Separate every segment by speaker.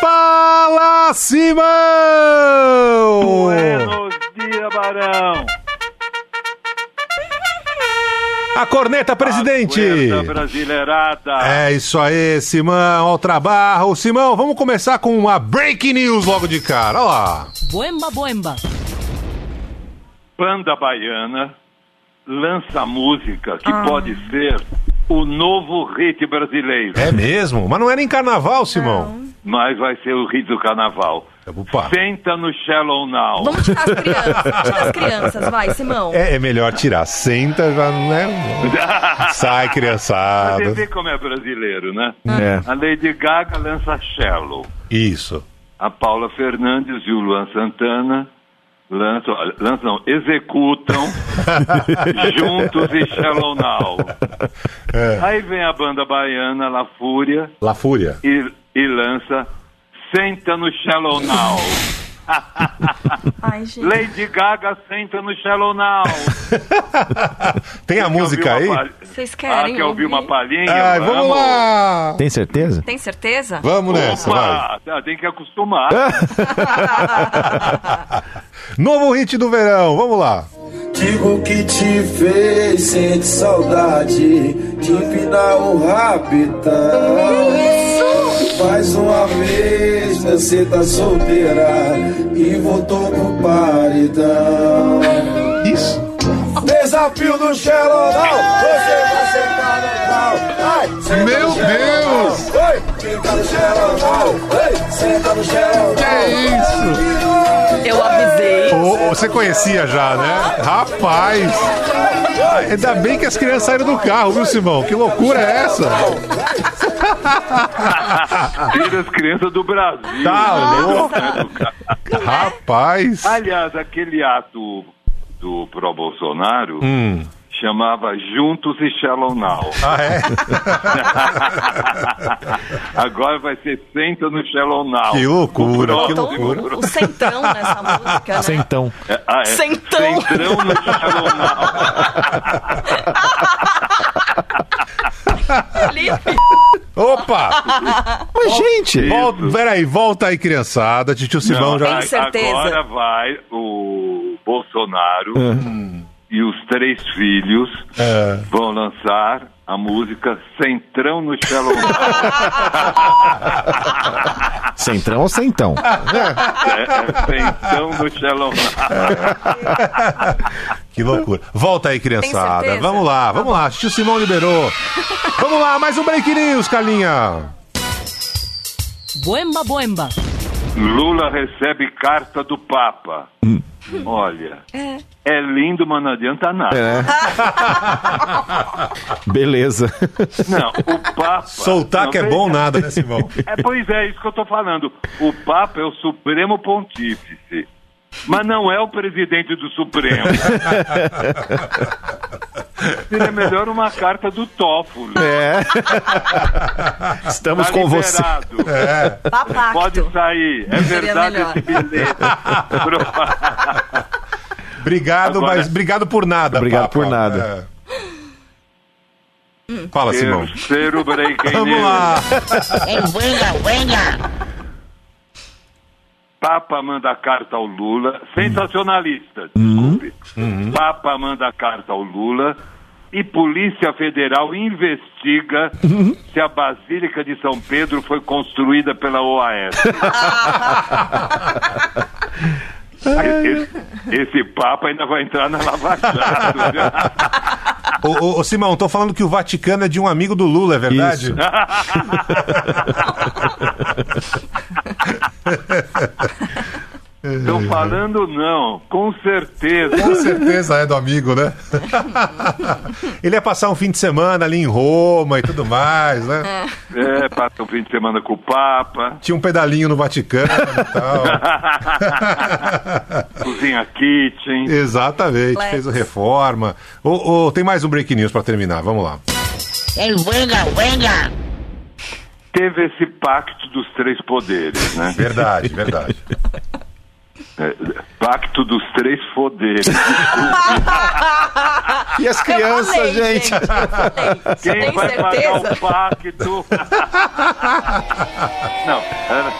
Speaker 1: Fala, Simão!
Speaker 2: Buenos dias, Barão.
Speaker 1: A corneta, presidente!
Speaker 2: Aguenta, brasileirada.
Speaker 1: É isso aí, Simão, outra barra. Ô, Simão, vamos começar com uma break news logo de cara. Olha lá.
Speaker 3: Boemba, boemba.
Speaker 2: Banda baiana lança música
Speaker 1: Ah.
Speaker 2: que pode ser o novo hit brasileiro,
Speaker 1: É mesmo? Mas não era em carnaval, Simão. É,
Speaker 2: mas vai ser o hit do carnaval.
Speaker 1: Opa.
Speaker 2: Senta no Shallow Now.
Speaker 4: Vamos tirar as crianças. Tira as crianças, vai, Simão.
Speaker 1: É, é melhor tirar. Senta já, né? Sai,
Speaker 2: Você
Speaker 1: criançada.
Speaker 2: vê como é brasileiro, né?
Speaker 1: É.
Speaker 2: A Lady Gaga lança Shallow.
Speaker 1: Isso.
Speaker 2: A Paula Fernandes e o Luan Santana lançam, lançam não, executam juntos e Shallow Now.
Speaker 1: É.
Speaker 2: Aí vem a banda baiana La Fúria
Speaker 1: La Fúria.
Speaker 2: e, e lança Senta no Shallow Now.
Speaker 4: Ai, gente.
Speaker 2: Lady Gaga senta no Shallow Now.
Speaker 1: Tem a música aí?
Speaker 4: Vocês
Speaker 2: Ah,
Speaker 4: querem
Speaker 2: quer ouvir uma palhinha?
Speaker 1: Ai, vamos lá!
Speaker 5: Tem certeza?
Speaker 4: Tem certeza?
Speaker 1: Vamos nessa, vai.
Speaker 2: Opa, tá, tem que acostumar.
Speaker 1: Novo hit do verão, vamos lá.
Speaker 6: Digo que te fez, sente saudade de empinar o rapidão. Mais uma vez você tá solteira e voltou pro paredão.
Speaker 1: Isso.
Speaker 6: Desafio do Xelonão, você tá vai sentar no pau. Ai, senta
Speaker 1: Meu
Speaker 6: no Xelonão.
Speaker 1: Deus.
Speaker 6: Oi, senta no Xelonão, oi, senta no Xelonão.
Speaker 1: Que
Speaker 3: Eu avisei.
Speaker 1: Ô, ô, você conhecia já, né? Rapaz! Ainda bem que as crianças saíram do carro, viu, Simão? Que loucura é essa?
Speaker 2: Tira as crianças do Brasil.
Speaker 1: Tá louco!
Speaker 2: Educar.
Speaker 1: Rapaz!
Speaker 2: Aliás, aquele ato do pro Bolsonaro
Speaker 1: Hum.
Speaker 2: chamava Juntos e Shallow Now.
Speaker 1: Ah, é?
Speaker 2: Agora vai ser Senta no Shallow Now.
Speaker 1: Que loucura, que
Speaker 4: Botou
Speaker 1: loucura.
Speaker 4: um, um centrão nessa música, né?
Speaker 5: Sentão.
Speaker 2: É, ah, é.
Speaker 4: Sentão.
Speaker 2: Centrão no Shallow Now.
Speaker 1: Opa!
Speaker 5: Mas, gente!
Speaker 1: Volta, peraí, volta aí, criançada. Titio Simão
Speaker 2: Não,
Speaker 1: já.
Speaker 2: a-
Speaker 4: certeza.
Speaker 2: Agora vai o Bolsonaro e os três filhos
Speaker 1: É.
Speaker 2: vão lançar a música Centrão no Shallow Now.
Speaker 5: Centrão ou sentão?
Speaker 2: é, é Centrão no Shallow Now.
Speaker 1: Que loucura. Volta aí, criançada.
Speaker 4: certeza?
Speaker 1: Vamos lá, vamos lá. Titio Simão liberou. Vamos lá, mais um break news, Carlinha.
Speaker 3: Boemba, boemba.
Speaker 2: Lula recebe carta do Papa.
Speaker 5: Hum.
Speaker 2: Olha, é lindo, mas não adianta nada.
Speaker 5: É. Beleza.
Speaker 2: Não, o Papa.
Speaker 1: Soltar
Speaker 2: Não,
Speaker 1: que é
Speaker 2: peraí.
Speaker 1: bom nada, né, Simão?
Speaker 2: É, pois é, isso que eu tô falando. O Papa é o Supremo Pontífice. Mas não é o presidente do Supremo. Seria melhor uma carta do Toffoli.
Speaker 5: É. Estamos
Speaker 2: Tá
Speaker 5: com você.
Speaker 2: liberado.
Speaker 4: Papacto.
Speaker 2: Pode sair. É
Speaker 4: Tá Seria
Speaker 2: verdade
Speaker 4: melhor.
Speaker 2: esse bilhete. Pro-
Speaker 1: Obrigado,
Speaker 2: Agora-
Speaker 1: mas obrigado por nada.
Speaker 5: Obrigado
Speaker 1: Papa.
Speaker 5: por nada.
Speaker 1: É. Fala, Simão.
Speaker 2: Terceiro break
Speaker 1: Vamos
Speaker 2: news.
Speaker 1: lá.
Speaker 2: Papa manda carta ao Lula, sensacionalista, desculpe. Papa manda carta ao Lula E Polícia Federal investiga se a Basílica de São Pedro foi construída pela OAS. esse, esse papo ainda vai entrar na Lava Jato. viu?
Speaker 1: Ô, ô, ô, Simão, tô falando que o Vaticano é de um amigo do Lula, é verdade?
Speaker 2: Estão falando não, com certeza.
Speaker 1: Com certeza é do amigo, né? Ele ia passar um fim de semana ali em Roma e tudo mais, né?
Speaker 2: É, passa um fim de semana com o Papa,
Speaker 1: Tinha um pedalinho no Vaticano e tal.
Speaker 2: cozinha kitchen.
Speaker 1: Exatamente, fez o reforma. Ô, ô, tem mais um break news pra terminar, vamos lá.
Speaker 2: Teve esse pacto dos três poderes, né?
Speaker 1: Verdade, verdade.
Speaker 2: É, pacto dos três poderes.
Speaker 5: E as crianças, gente?
Speaker 2: Quem
Speaker 4: Tem
Speaker 2: vai pagar
Speaker 4: certeza?
Speaker 2: o pacto? Não, era-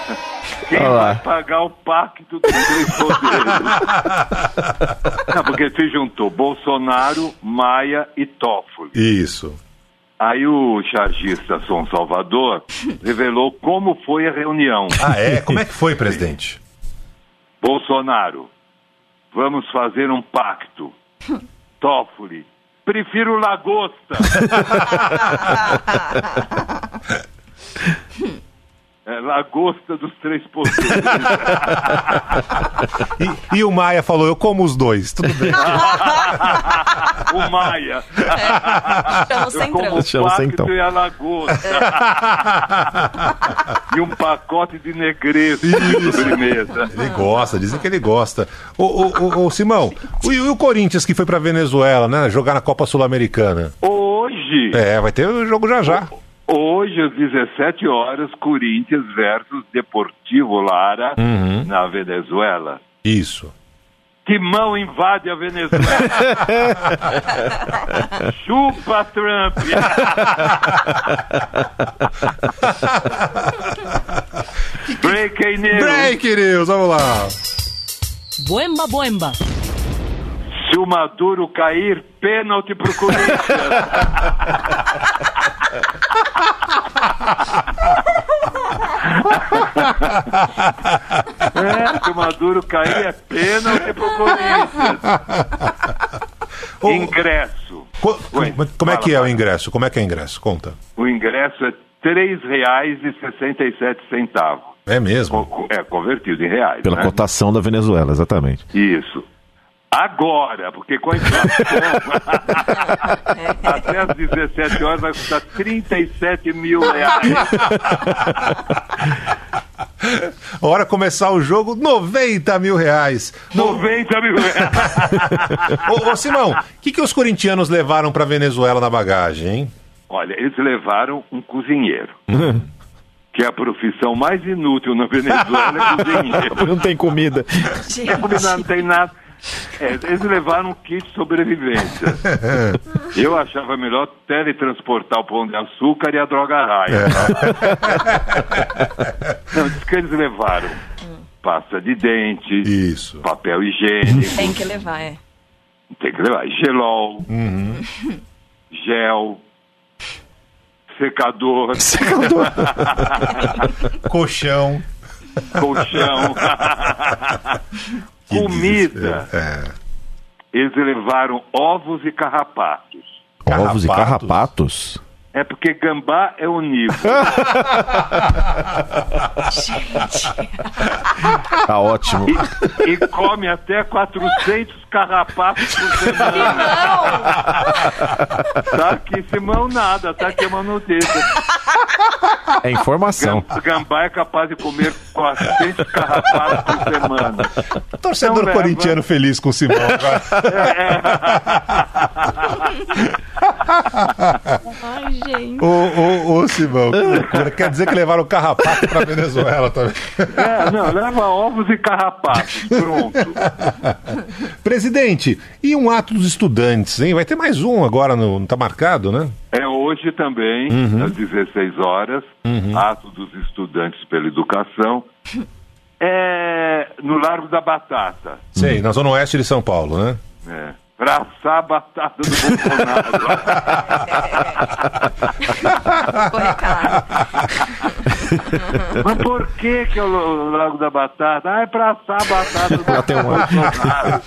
Speaker 2: quem
Speaker 5: Olha lá.
Speaker 2: vai pagar o pacto dos três poderes? Não, porque se juntou Bolsonaro, Maia e Toffoli.
Speaker 1: Isso.
Speaker 2: Aí o chargista São Salvador revelou como foi a reunião.
Speaker 1: Ah, é? Como é que foi, presidente?
Speaker 2: Bolsonaro, vamos fazer um pacto. Toffoli, prefiro lagosta. É, lagosta dos três poderes.
Speaker 1: E, e o Maia falou: eu como os dois, tudo bem.
Speaker 2: O Maia.
Speaker 4: Chama o
Speaker 2: Eu como
Speaker 4: centrão.
Speaker 5: Chama o centrão.
Speaker 2: pacto e a lagosta. e um pacote de negresco de sobremesa.
Speaker 1: Ele gosta, dizem que ele gosta. Ô, ô, ô, ô, Simão, o- e o Corinthians que foi pra Venezuela, né? Jogar na Copa Sul-Americana.
Speaker 2: Hoje,
Speaker 1: É, vai ter o jogo já já.
Speaker 2: Hoje, às 17 horas, Corinthians versus Deportivo Lara, na Venezuela.
Speaker 1: Isso.
Speaker 2: Timão invade a Venezuela. Chupa, Trump. Breaking news.
Speaker 1: Break News, vamos lá.
Speaker 3: Boemba, boemba.
Speaker 2: Se o Maduro cair, pênalti pro Corinthians. É, se o Maduro cair, é pênalti pro Corinthians.
Speaker 1: Ô,
Speaker 2: Ingresso.
Speaker 1: co-
Speaker 2: Oi,
Speaker 1: mas como é
Speaker 2: fala,
Speaker 1: que é o
Speaker 2: fala.
Speaker 1: ingresso? Como é que é o ingresso? Conta.
Speaker 2: O ingresso é R$ 3,67.
Speaker 1: É mesmo?
Speaker 2: Co- É convertido em reais.
Speaker 5: Pela
Speaker 2: né?
Speaker 5: cotação da Venezuela, exatamente.
Speaker 2: Isso. Agora, porque com a inflação, até às 17 horas vai custar 37 mil reais.
Speaker 1: A hora começar o jogo, 90 mil reais.
Speaker 2: 90 mil reais.
Speaker 1: Ô, ô, Simão, o que, que os corintianos levaram pra Venezuela na bagagem, hein?
Speaker 2: Olha, eles levaram um cozinheiro. Que é a profissão mais inútil na Venezuela é cozinheiro.
Speaker 5: Não tem comida.
Speaker 2: Não tem nada. É, eles levaram um kit de sobrevivência. Eu achava melhor teletransportar o pão de açúcar e a droga raia.
Speaker 5: É.
Speaker 2: Não, diz que eles levaram
Speaker 5: Hum.
Speaker 2: pasta de dente,
Speaker 1: Isso.
Speaker 2: papel higiênico,
Speaker 4: Tem que levar, é.
Speaker 2: tem que levar gelol,
Speaker 5: Uhum.
Speaker 2: gel, secador,
Speaker 1: Colchão.
Speaker 2: colchão,
Speaker 1: Que
Speaker 2: comida.
Speaker 1: desespero. É.
Speaker 2: Eles levaram ovos e carrapatos.
Speaker 5: Ovos e carrapatos.
Speaker 2: É porque gambá é onívoro.
Speaker 5: Tá ótimo.
Speaker 2: e, e come até 400 carrapatos por semana. Tá aqui, Simão, nada. Tá aqui uma notícia.
Speaker 5: É
Speaker 7: Oh,
Speaker 5: informação.
Speaker 2: O Gambá é capaz de comer 400 carrapatos por semana.
Speaker 1: Torcedor
Speaker 2: Então, leva.
Speaker 1: corintiano feliz com o Simão agora.
Speaker 2: É,
Speaker 8: Ai, gente.
Speaker 1: Ô, ô, ô, Simão, que loucura. quer dizer que levaram o carrapato pra Venezuela também.
Speaker 2: É, não, leva ovos e carrapatos. Pronto.
Speaker 1: Presidente, e um ato dos estudantes, hein? Vai ter mais um agora, no, não tá marcado, né?
Speaker 2: É hoje também, às 16 horas, ato dos estudantes pela educação. É no Largo da Batata.
Speaker 1: Hum. Sei, na Zona Oeste de São Paulo, né?
Speaker 2: né? pra assar a batata do Bolsonaro. Mas por que que é o Lago da Batata? Ah, é pra assar a batata do
Speaker 5: Lá tem uma,
Speaker 2: Bolsonaro.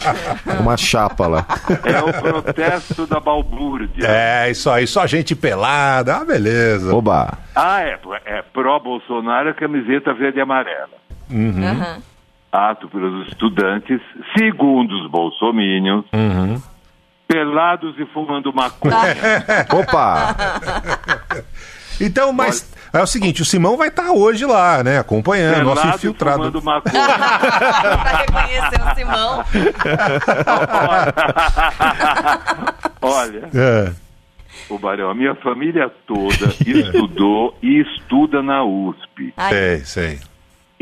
Speaker 5: uma chapa lá.
Speaker 2: É o protesto da balbúrdia.
Speaker 1: É, isso aí, só gente pelada. Ah, beleza.
Speaker 5: Oba.
Speaker 2: Ah, é, é pró-Bolsonaro é camiseta verde e amarela.
Speaker 5: Uhum.
Speaker 4: Aham.
Speaker 2: Ato pelos estudantes, segundo os bolsominions,
Speaker 5: Uhum.
Speaker 2: pelados e fumando maconha.
Speaker 5: Opa!
Speaker 1: Então, mas é o seguinte, o Simão vai estar hoje lá, né?
Speaker 5: É, um
Speaker 1: Acompanhando, nosso
Speaker 2: Pelado e
Speaker 1: infiltrado.
Speaker 2: fumando maconha.
Speaker 4: pra reconhecer o Simão.
Speaker 2: Olha,
Speaker 1: É.
Speaker 2: o Barão, a minha família toda estudou e estuda na USP.
Speaker 4: Ai,
Speaker 1: Sei, sei.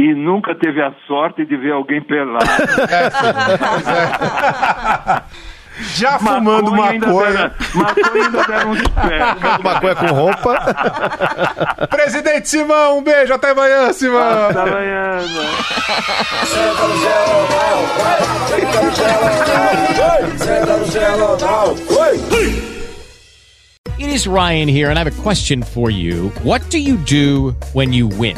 Speaker 2: E nunca teve a sorte de ver alguém pelado.
Speaker 1: Já fumando
Speaker 2: Maconha ainda
Speaker 1: maconha.
Speaker 2: deram- Maconha ainda um deram uns pés.
Speaker 5: Maconha com roupa.
Speaker 1: Presidente Simão, um beijo, até amanhã, Simão.
Speaker 2: Tá banhando.
Speaker 6: Senta no gelonal, vai. Senta no gelonal, oi. Senta no gelonal, oi.
Speaker 7: It is Ryan here, and I have a question for you. What do you do when you win?